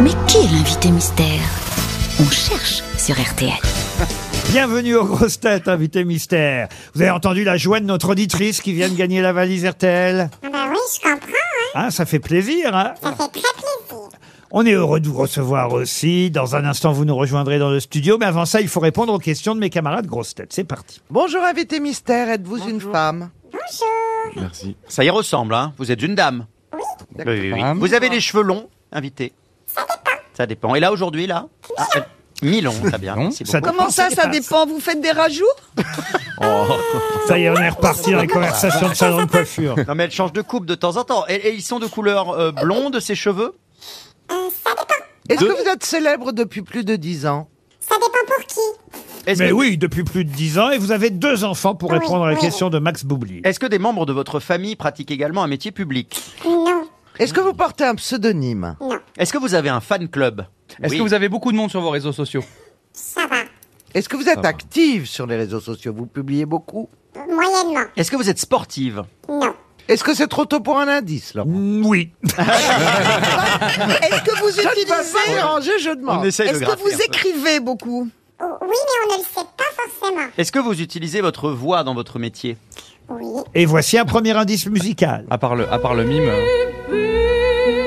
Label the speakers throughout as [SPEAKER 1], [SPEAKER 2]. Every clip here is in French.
[SPEAKER 1] Mais qui est l'invité mystère On cherche sur RTL.
[SPEAKER 2] Bienvenue aux grosses têtes, invité mystère. Vous avez entendu la joie de notre auditrice qui vient de gagner la valise RTL.
[SPEAKER 3] Ah bah oui, je comprends, hein.
[SPEAKER 2] Hein, ça fait plaisir. Hein
[SPEAKER 3] ça fait très plaisir.
[SPEAKER 2] On est heureux de vous recevoir aussi. Dans un instant, vous nous rejoindrez dans le studio. Mais avant ça, il faut répondre aux questions de mes camarades grosses têtes. C'est parti.
[SPEAKER 4] Bonjour invité mystère, êtes-vous une femme
[SPEAKER 3] Bonjour.
[SPEAKER 5] Merci. Ça y ressemble, hein Vous êtes une dame. Oui, oui, oui. Vous avez les cheveux longs, invité. Ça dépend. Et là, aujourd'hui, là ah, euh, Mi-long, très bien. Merci
[SPEAKER 2] Ça
[SPEAKER 5] beaucoup.
[SPEAKER 4] Comment ça, ça dépend Vous faites des rajouts
[SPEAKER 2] Ça y est, on est reparti dans les conversations de salon de coiffure.
[SPEAKER 5] Non, mais elle change de coupe de temps en temps. Et, et ils sont de couleur euh, blonde, ses cheveux
[SPEAKER 4] Est-ce que vous êtes célèbre depuis plus de 10 ans
[SPEAKER 3] Ça dépend pour qui.
[SPEAKER 5] Est-ce
[SPEAKER 2] Mais
[SPEAKER 5] que,
[SPEAKER 2] oui, depuis plus de 10 ans. Et vous avez deux enfants pour
[SPEAKER 3] Oui,
[SPEAKER 2] répondre à la
[SPEAKER 3] oui.
[SPEAKER 2] question de Max Boublil.
[SPEAKER 5] est-ce que des membres de votre famille pratiquent également un métier public
[SPEAKER 3] Non,
[SPEAKER 4] Est-ce que vous portez un pseudonyme
[SPEAKER 3] non,
[SPEAKER 5] Est-ce que vous avez un fan club
[SPEAKER 6] Est-ce
[SPEAKER 5] Oui.
[SPEAKER 6] que vous avez beaucoup de monde sur vos réseaux sociaux
[SPEAKER 3] ça va.
[SPEAKER 4] Est-ce que vous êtes active sur les réseaux sociaux Vous publiez beaucoup
[SPEAKER 3] Moyennement,
[SPEAKER 5] Est-ce que vous êtes sportive
[SPEAKER 3] non.
[SPEAKER 4] Est-ce que c'est trop tôt pour un indice, Laurent
[SPEAKER 2] Mm, Oui.
[SPEAKER 7] Est-ce que vous
[SPEAKER 4] Je ne vais pas
[SPEAKER 7] utilisez
[SPEAKER 4] déranger, je demande.
[SPEAKER 5] essaye
[SPEAKER 7] Est-ce que vous écrivez beaucoup
[SPEAKER 3] Oh, oui, mais on ne le sait pas forcément.
[SPEAKER 5] Est-ce que vous utilisez votre voix dans votre métier
[SPEAKER 3] Oui,
[SPEAKER 2] Et voici un premier indice musical.
[SPEAKER 6] À part le, à part le mime. euh,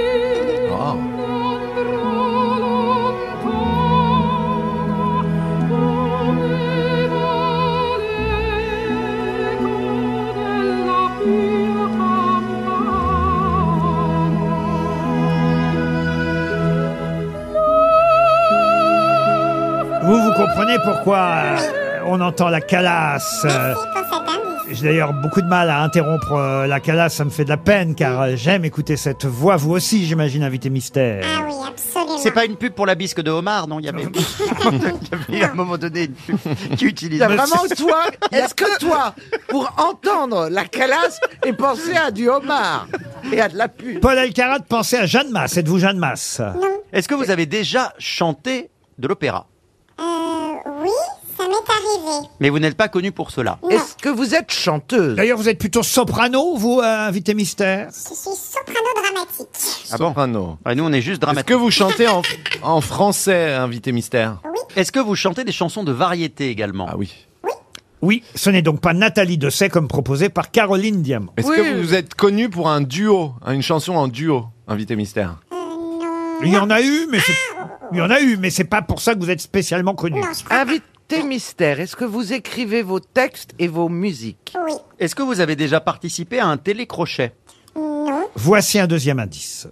[SPEAKER 2] Vous, vous comprenez pourquoi euh, on entend la calasse euh,
[SPEAKER 3] merci pour cet indice.
[SPEAKER 2] J'ai d'ailleurs beaucoup de mal à interrompre euh, la calasse, ça me fait de la peine car euh, j'aime écouter cette voix. Vous aussi, j'imagine, invité mystère.
[SPEAKER 3] Ah oui, absolument.
[SPEAKER 5] C'est pas une pub pour la bisque de homard, non Il y avait, Il y avait à un moment donné une pub qui
[SPEAKER 4] Il
[SPEAKER 5] utilise.
[SPEAKER 4] y a vraiment toi Est-ce que toi, pour entendre la calasse et penser à du homard et à de la pute
[SPEAKER 2] Paul Alcarat, pensez à Jeanne Masse. Êtes-vous Jeanne Masse
[SPEAKER 3] Non.
[SPEAKER 5] Est-ce que vous avez déjà chanté de l'opéra
[SPEAKER 3] Euh, oui, ça m'est arrivé.
[SPEAKER 5] Mais vous n'êtes pas connu pour cela.
[SPEAKER 3] Non,
[SPEAKER 4] Est-ce que vous êtes chanteuse
[SPEAKER 2] D'ailleurs, vous êtes plutôt soprano, vous, euh, invité mystère
[SPEAKER 3] je suis soprano-dramatique.
[SPEAKER 5] Ah bon
[SPEAKER 8] Soprano.
[SPEAKER 5] Ouais, Nous, on est juste
[SPEAKER 8] Est-ce que
[SPEAKER 5] dramatique.
[SPEAKER 8] vous chantez en, en français, invité mystère
[SPEAKER 5] Est-ce que vous chantez des chansons de variété également
[SPEAKER 8] Ah oui.
[SPEAKER 2] Oui, ce n'est donc pas Nathalie Dessay comme proposé par Caroline Diamant.
[SPEAKER 8] Est-ce que vous êtes connu pour un duo, hein, une chanson en duo, invité mystère
[SPEAKER 3] Euh, non.
[SPEAKER 2] Il y en a eu, mais c'est... Il y en a eu, mais c'est pas pour ça que vous êtes spécialement connu.
[SPEAKER 3] Non, je
[SPEAKER 5] Ah
[SPEAKER 3] crois
[SPEAKER 4] Invité mystère, est-ce que vous écrivez vos textes et vos musiques
[SPEAKER 3] Oui,
[SPEAKER 5] Est-ce que vous avez déjà participé à un télécrochet
[SPEAKER 3] non.
[SPEAKER 2] Voici un deuxième indice.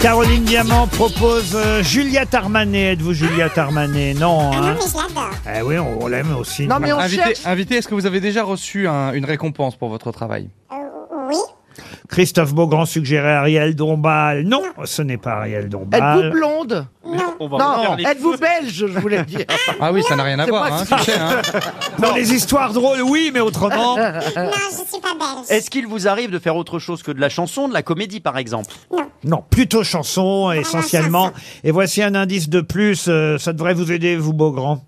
[SPEAKER 2] Caroline Diamant propose euh, Juliette Armanet. Êtes-vous Juliette Armanet Non,
[SPEAKER 3] Ah non,
[SPEAKER 2] hein
[SPEAKER 3] mais je l'adore.
[SPEAKER 2] Eh oui, on, on l'aime aussi.
[SPEAKER 4] Non mais on
[SPEAKER 6] Invité,
[SPEAKER 4] cherche
[SPEAKER 6] invité, est-ce que vous avez déjà reçu un- une récompense pour votre travail
[SPEAKER 3] Euh, oui,
[SPEAKER 2] Christophe Beaugrand suggérait Ariel Dombal. Non, ce n'est pas Ariel
[SPEAKER 4] Êtes-vous
[SPEAKER 2] Dombal.
[SPEAKER 4] blonde
[SPEAKER 3] non.
[SPEAKER 4] Non, êtes-vous belge, je voulais dire.
[SPEAKER 6] Ah oui, ça n'a rien à
[SPEAKER 4] C'est
[SPEAKER 6] voir,
[SPEAKER 4] pas
[SPEAKER 6] hein,
[SPEAKER 4] ça.
[SPEAKER 6] tu sais, hein.
[SPEAKER 2] Dans les histoires drôles, oui, mais autrement.
[SPEAKER 3] Non, je suis pas belge.
[SPEAKER 5] Euh. Est-ce qu'il vous arrive de faire autre chose que de la chanson, de la comédie par exemple
[SPEAKER 2] Non, plutôt
[SPEAKER 3] Ah,
[SPEAKER 2] chanson essentiellement. Et voici un indice de plus, euh, ça devrait vous aider, vous Beaugrand.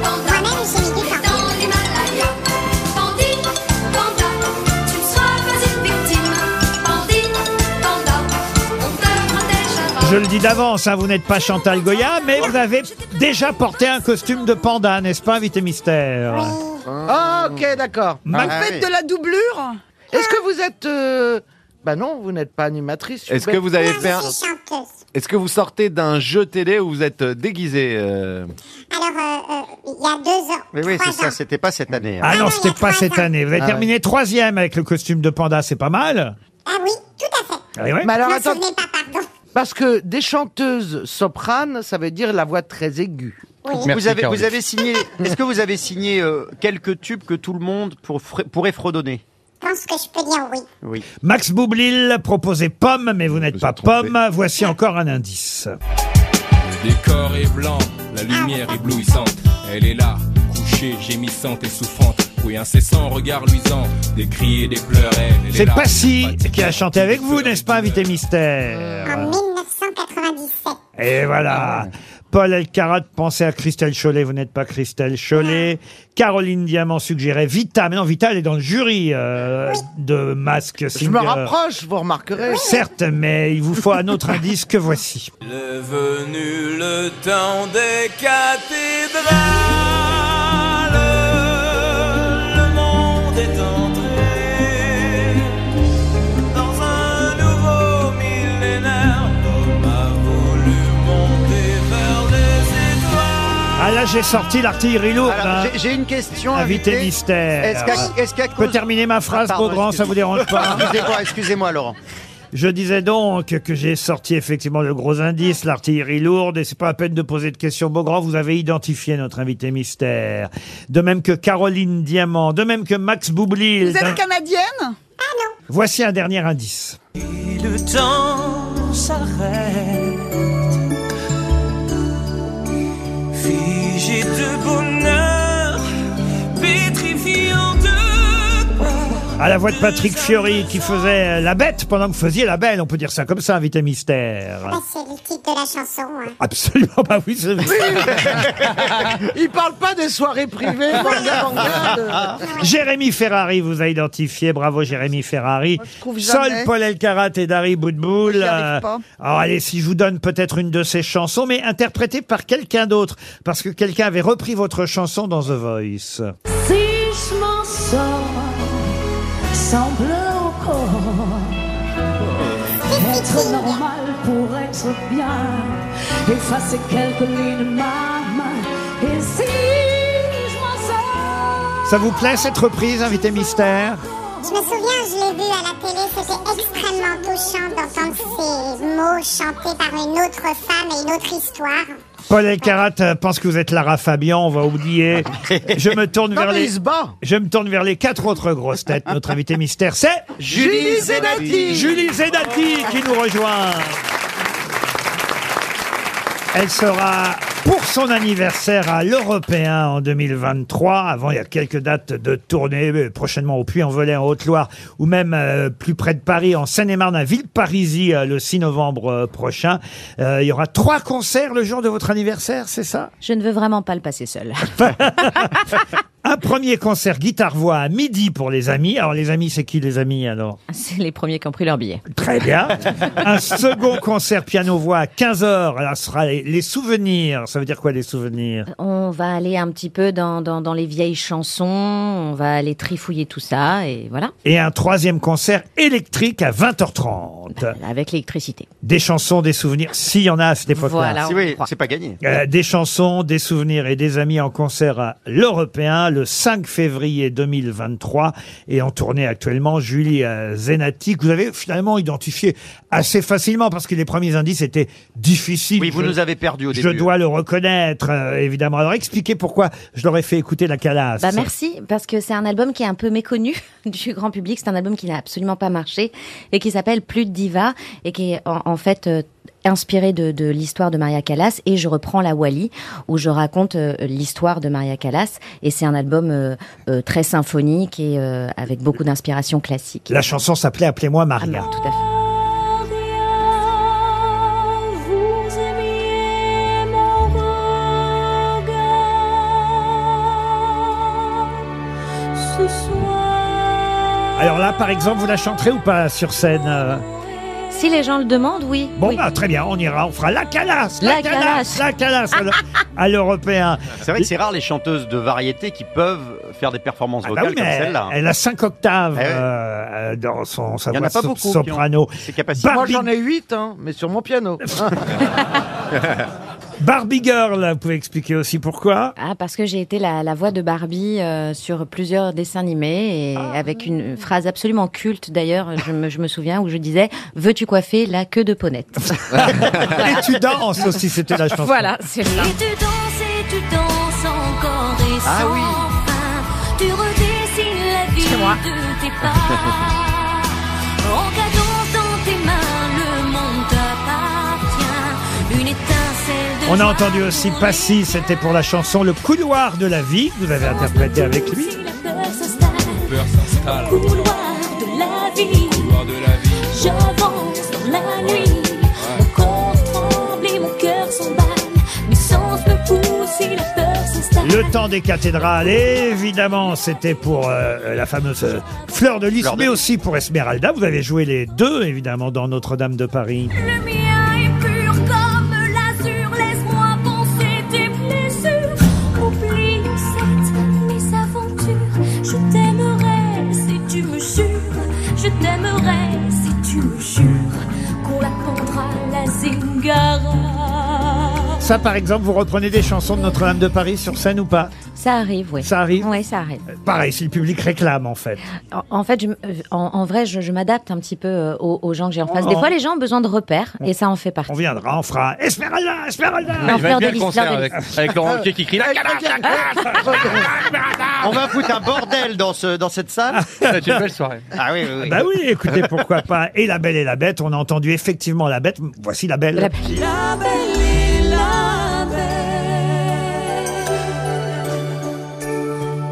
[SPEAKER 3] Moi-même, j'ai mis du temps.
[SPEAKER 2] Je le dis d'avance, hein, vous n'êtes pas Chantal Goya, mais vous avez déjà porté un costume de panda, n'est-ce pas, invité mystère
[SPEAKER 4] Ah, ok, d'accord.
[SPEAKER 7] Vous faites de la doublure
[SPEAKER 4] Est-ce que vous êtes... euh, Bah non, vous n'êtes pas animatrice. je suis
[SPEAKER 8] Est-ce que
[SPEAKER 4] bête.
[SPEAKER 8] vous
[SPEAKER 5] Eh
[SPEAKER 8] avez
[SPEAKER 3] Moi,
[SPEAKER 5] ben,
[SPEAKER 8] fait un-
[SPEAKER 3] je
[SPEAKER 5] euh.
[SPEAKER 3] suis chanteuse.
[SPEAKER 8] Est-ce que vous sortez d'un jeu télé où vous êtes euh, déguisé euh,
[SPEAKER 3] Alors, euh, euh, il y a deux ans.
[SPEAKER 5] Mais oui,
[SPEAKER 3] trois
[SPEAKER 5] c'est ça,
[SPEAKER 3] ans.
[SPEAKER 5] c'était pas cette année. hein.
[SPEAKER 2] Ah non,
[SPEAKER 3] non, il y
[SPEAKER 2] c'était
[SPEAKER 3] a
[SPEAKER 2] pas
[SPEAKER 3] trois
[SPEAKER 2] cette
[SPEAKER 3] ans.
[SPEAKER 2] année. Vous avez
[SPEAKER 8] Ah
[SPEAKER 2] terminé troisième avec le costume de panda, c'est pas mal.
[SPEAKER 3] Ah oui, tout à fait.
[SPEAKER 2] Ah oui, ouais.
[SPEAKER 4] Mais alors,
[SPEAKER 3] je ne
[SPEAKER 4] attends,
[SPEAKER 3] souvenais pas, pardon.
[SPEAKER 4] parce que des chanteuses sopranes, ça veut dire la voix très aiguë.
[SPEAKER 5] vous
[SPEAKER 6] Merci,
[SPEAKER 5] avez,
[SPEAKER 6] Caroline.
[SPEAKER 5] vous avez signé. Est-ce que vous avez signé euh, quelques tubes que tout le monde pour fre- pourrait fredonner
[SPEAKER 3] Je pense que je peux dire oui.
[SPEAKER 5] Oui.
[SPEAKER 2] Max Boublil proposait pomme, mais vous n'êtes
[SPEAKER 8] me
[SPEAKER 2] pas
[SPEAKER 8] suis trompé.
[SPEAKER 2] pomme. Voici encore un indice.
[SPEAKER 9] Le décor est blanc, la lumière éblouissante. Elle est là, couchée, gémissante et souffrante. Oui, incessant, regard luisant, des cris et des pleurs. elle est
[SPEAKER 2] C'est
[SPEAKER 9] là,
[SPEAKER 2] Passy
[SPEAKER 9] fatiguée,
[SPEAKER 2] qui a chanté avec vous,
[SPEAKER 9] pleurée,
[SPEAKER 2] n'est-ce pas, invité
[SPEAKER 3] Ah
[SPEAKER 9] pleurée.
[SPEAKER 2] mystère
[SPEAKER 3] En
[SPEAKER 2] Et voilà. Paul Elkarat, pensez à Christelle Chollet, vous n'êtes pas Christelle Chollet. Caroline Diamant suggérait Vita, mais non, Vita, elle est dans le jury euh, de Masque
[SPEAKER 4] Je
[SPEAKER 2] Singer.
[SPEAKER 4] me rapproche, vous remarquerez.
[SPEAKER 2] Certes, mais il vous faut un autre indice que voici.
[SPEAKER 9] Le venu le temps des cathédrales, le monde est entré dans un nouveau millénaire. L'homme a voulu monter vers les étoiles.
[SPEAKER 2] Ah là, j'ai sorti l'artillerie lourde.
[SPEAKER 5] Alors,
[SPEAKER 2] hein.
[SPEAKER 5] j'ai- j'ai une question.
[SPEAKER 2] Invité
[SPEAKER 5] invité.
[SPEAKER 2] mystère.
[SPEAKER 5] Est-ce qu'à est-ce qu'à
[SPEAKER 2] Je peux
[SPEAKER 5] cause...
[SPEAKER 2] terminer ma phrase,
[SPEAKER 5] Pardon,
[SPEAKER 2] Beaugrand, ça
[SPEAKER 5] excuse-moi.
[SPEAKER 2] vous dérange pas hein.
[SPEAKER 5] Excusez-moi, excusez-moi, Laurent.
[SPEAKER 2] Je disais donc que j'ai sorti effectivement le gros indice, l'artillerie lourde, et c'est pas la peine de poser de questions. Beaugrand, vous avez identifié notre invité mystère. De même que Caroline Diamant, de même que Max Boublil.
[SPEAKER 7] Vous êtes canadienne
[SPEAKER 2] Voici un dernier indice.
[SPEAKER 9] Et le temps s'arrête, figé de bonheur, pétrifiant de peur.
[SPEAKER 2] À la voix de Patrick Fiori qui faisait la bête pendant que vous faisiez la belle, on peut dire ça comme ça, invité mystère.
[SPEAKER 9] Ah.
[SPEAKER 3] Bah, c'est le titre de la chanson. hein.
[SPEAKER 2] Absolument, bah oui, c'est vrai.
[SPEAKER 4] Il parle pas des soirées privées, manga, manga, de-
[SPEAKER 2] Jérémy Ferrari vous a identifié. Bravo, Jérémy Ferrari.
[SPEAKER 7] je trouve jamais.
[SPEAKER 2] Seul Paul Elkarat et Dari Boudboul.
[SPEAKER 7] J'y arrive pas.
[SPEAKER 2] euh, alors allez, si je vous donne peut-être une de ces chansons, mais interprétée par quelqu'un d'autre, parce que quelqu'un avait repris votre chanson dans The Voice.
[SPEAKER 10] Si je m'en sors sans bleu au corps, être normal pour être bien, effacer quelques lignes même. Et si je m'en sors,
[SPEAKER 2] Ça vous plaît cette reprise, invité mystère
[SPEAKER 3] Je me souviens, je l'ai vu à la télé, c'était extrêmement touchant d'entendre ces mots chantés par une autre femme et une autre histoire.
[SPEAKER 2] Paul Elkarat euh, pense que vous êtes Lara Fabian, on va oublier. Je me tourne
[SPEAKER 4] Non,
[SPEAKER 2] vers
[SPEAKER 4] mais
[SPEAKER 2] les...
[SPEAKER 4] il se bat.
[SPEAKER 2] Je me tourne vers les quatre autres grosses têtes. Notre invité mystère, c'est
[SPEAKER 4] Julie Zenati.
[SPEAKER 2] Julie Zedati qui nous rejoint. Elle sera pour son anniversaire à l'Européen en 2023. Avant, il y a quelques dates de tournée, mais prochainement au Puy-en-Velay en Haute-Loire, ou même euh, plus près de Paris, en Seine-et-Marne, à Villeparisis, euh, le 6 novembre euh, prochain. Euh, il y aura trois concerts le jour de votre anniversaire, c'est ça
[SPEAKER 10] je ne veux vraiment pas le passer seul.
[SPEAKER 2] Un premier concert guitare-voix à midi pour les amis. Alors les amis, c'est qui les amis alors
[SPEAKER 10] C'est les premiers qui ont pris leur billet.
[SPEAKER 2] Très bien. Un second concert piano-voix à 15h. Alors, ce sera les, les souvenirs. Ça veut dire quoi, les souvenirs
[SPEAKER 10] On va aller un petit peu dans, dans, dans les vieilles chansons, on va aller trifouiller tout ça, et voilà,
[SPEAKER 2] Et un troisième concert électrique à 20h30.
[SPEAKER 10] avec l'électricité.
[SPEAKER 2] Des chansons, des souvenirs, s'il y en a à cette époque-là.
[SPEAKER 10] Voilà,
[SPEAKER 5] Si
[SPEAKER 10] on y
[SPEAKER 5] oui,
[SPEAKER 10] croit.
[SPEAKER 5] c'est pas gagné.
[SPEAKER 2] Euh, des chansons, des souvenirs et des amis en concert à l'Européen le 5 février 2023 et en tournée actuellement Julie euh, Zenati que vous avez finalement identifié assez facilement parce que les premiers indices étaient difficiles.
[SPEAKER 5] Oui, vous
[SPEAKER 2] Je-
[SPEAKER 5] nous avez perdu au début.
[SPEAKER 2] Je dois le reconnaître, euh, évidemment. Alors expliquez pourquoi je leur ai fait écouter la calasse.
[SPEAKER 10] Bah merci, parce que c'est un album qui est un peu méconnu du grand public. C'est un album qui n'a absolument pas marché et qui s'appelle Plus de Diva et qui est en, en fait euh, inspiré de, de l'histoire de Maria Callas. Et je reprends la Wally où je raconte euh, l'histoire de Maria Callas. Et c'est un album euh, euh, très symphonique et euh, avec beaucoup d'inspiration classique.
[SPEAKER 2] La chanson s'appelait Appelez-moi
[SPEAKER 10] Ah non,
[SPEAKER 2] Maria.
[SPEAKER 10] tout à fait.
[SPEAKER 1] Vous aimiez mon regard ce soir.
[SPEAKER 2] Alors là, par exemple, vous la chanterez ou pas sur scène euh
[SPEAKER 10] Si les gens le demandent, oui.
[SPEAKER 2] Bon,
[SPEAKER 10] oui.
[SPEAKER 2] bah, très bien, on ira, on fera la calasse,
[SPEAKER 10] La calasse.
[SPEAKER 2] calasse, la calasse à l'E- à l'Européen.
[SPEAKER 5] C'est vrai que c'est rare les chanteuses de variété qui peuvent faire des performances
[SPEAKER 2] Ah bah
[SPEAKER 5] vocales
[SPEAKER 2] oui, mais
[SPEAKER 5] comme
[SPEAKER 2] elle,
[SPEAKER 5] celle-là. hein.
[SPEAKER 2] elle a cinq octaves
[SPEAKER 5] Eh ouais.
[SPEAKER 2] euh, euh, dans son sa
[SPEAKER 5] Il y en
[SPEAKER 2] voix
[SPEAKER 5] a pas
[SPEAKER 2] so-
[SPEAKER 5] beaucoup qui ont-
[SPEAKER 2] soprano.
[SPEAKER 5] C'est capacité.
[SPEAKER 4] Moi
[SPEAKER 2] Barbie-
[SPEAKER 4] j'en ai 8, hein, mais sur mon piano.
[SPEAKER 2] Barbie Girl, vous pouvez expliquer aussi pourquoi
[SPEAKER 10] Ah, parce que j'ai été la, la voix de Barbie euh, sur plusieurs dessins animés
[SPEAKER 2] Ah,
[SPEAKER 10] et avec une phrase absolument culte d'ailleurs, je me, je me souviens où je disais Veux-tu coiffer la queue de ponette
[SPEAKER 2] Et tu danses aussi, c'était la chanson.
[SPEAKER 10] Voilà, c'est ça.
[SPEAKER 1] Et tu danses et tu danses encore et
[SPEAKER 2] Ah
[SPEAKER 1] sans fin. Tu redessines la vie de tes pas. En cadence dans tes mains, le monde t'appartient. Une étincelle de
[SPEAKER 2] On a
[SPEAKER 1] joie
[SPEAKER 2] entendu aussi
[SPEAKER 1] pour
[SPEAKER 2] Passy, c'était pour la chanson Le couloir de la vie, que vous avez interprété avec lui.
[SPEAKER 1] Si la peur s'installe,
[SPEAKER 9] Peur s'installe,
[SPEAKER 1] couloir de la vie.
[SPEAKER 9] couloir de la vie.
[SPEAKER 1] J'avance dans la nuit, mon corps tremble et mon cœur
[SPEAKER 2] Le temps des cathédrales, et évidemment, c'était pour euh, la fameuse euh, Fleur de Lys, mais aussi pour Esmeralda. Vous avez joué les deux, évidemment, dans Notre-Dame de Paris.
[SPEAKER 1] Le mien est pur comme l'azur, laisse-moi penser tes blessures. Oublie cette mésaventure, je t'aimerai si tu me jures. Je t'aimerai si tu me jures qu'on la pendra à la Zingara.
[SPEAKER 2] Ça, par exemple, vous reprenez des chansons de Notre-Dame de Paris sur scène ou pas
[SPEAKER 10] Ça arrive, oui.
[SPEAKER 2] Ça arrive
[SPEAKER 10] Oui, ça arrive.
[SPEAKER 2] Pareil, si le public réclame, en fait.
[SPEAKER 10] En, en fait, je m- euh, en, en vrai, je, je m'adapte un petit peu euh, aux, aux gens que j'ai en face. Des
[SPEAKER 2] On-
[SPEAKER 10] fois, les gens ont besoin de repères et ça en fait partie.
[SPEAKER 2] On viendra, on fera Esmeralda, Esmeralda
[SPEAKER 10] Non,
[SPEAKER 6] Il va
[SPEAKER 10] Fleur
[SPEAKER 6] être
[SPEAKER 10] de
[SPEAKER 6] bien le
[SPEAKER 10] Lys,
[SPEAKER 6] concert
[SPEAKER 10] Fleur de
[SPEAKER 6] avec,
[SPEAKER 10] Lys.
[SPEAKER 6] avec Laurent Ruquier qui crie la calasse, la calasse
[SPEAKER 5] On va foutre un bordel dans, ce, dans cette salle.
[SPEAKER 6] Ça va être une belle soirée.
[SPEAKER 5] Ah oui, oui, oui.
[SPEAKER 2] Bah oui, écoutez, pourquoi pas. Et la belle et la bête, on a entendu effectivement la bête. Voici la belle.
[SPEAKER 10] La
[SPEAKER 1] La belle et la bête,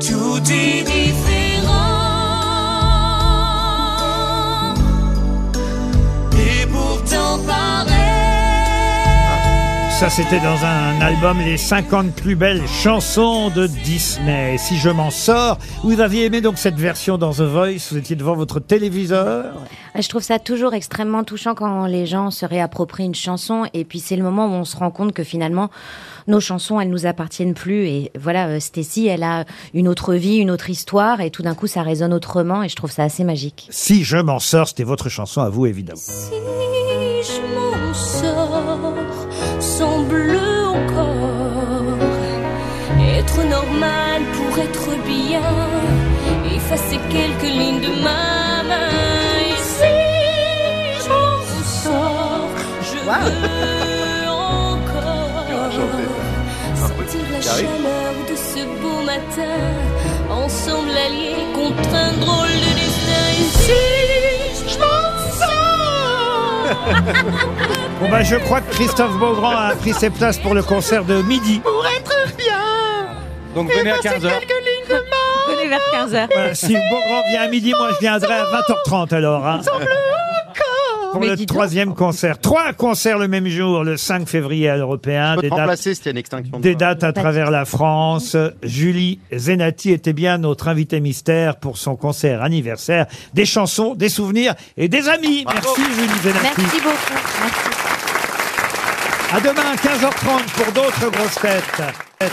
[SPEAKER 1] tout est différent et pourtant pareil.
[SPEAKER 2] Ça, c'était dans un album Les 50 plus belles chansons de Disney. Si je m'en sors, vous aviez aimé donc cette version dans The Voice, vous étiez devant votre téléviseur.
[SPEAKER 10] Ah, Je trouve ça toujours extrêmement touchant quand les gens se réapproprient une chanson et puis c'est le moment où on se rend compte que finalement nos chansons elles nous appartiennent plus et voilà euh, Stacy elle a une autre vie, une autre histoire et tout d'un coup ça résonne autrement et je trouve ça assez magique.
[SPEAKER 2] Si je m'en sors, c'était votre chanson à vous, évidemment.
[SPEAKER 1] Si je m'en sors, semble encore être normal pour être bien, effacer quelques lignes de ma main. Et si je m'en sors, je veux encore sentir la chaleur de ce beau matin, ensemble alliés contre un drôle de destin. Et si je m'en sors.
[SPEAKER 2] Bon bah je crois que Christophe Beaugrand a pris ses places pour le concert de midi.
[SPEAKER 6] Donc venez à 15h.
[SPEAKER 10] Venez vers 15h.
[SPEAKER 2] Voilà, Euh, si Beaugrand vient à midi, moi je viendrai à 20h30 alors. hein. Pour
[SPEAKER 10] Mais
[SPEAKER 2] le
[SPEAKER 10] dis donc.
[SPEAKER 2] troisième concert. Trois concerts le même jour, le 5 février à l'Européen.
[SPEAKER 5] Je peux
[SPEAKER 2] Des
[SPEAKER 5] te
[SPEAKER 2] dates,
[SPEAKER 5] remplacer, c'était une extinction. de
[SPEAKER 2] des
[SPEAKER 5] voix.
[SPEAKER 2] dates à travers la France. Julie Zenati était bien notre invitée mystère pour son concert anniversaire. Des chansons, des souvenirs et des amis. Merci Julie Zenati.
[SPEAKER 10] Merci beaucoup. Merci.
[SPEAKER 2] À demain, 15h30 pour d'autres grosses têtes.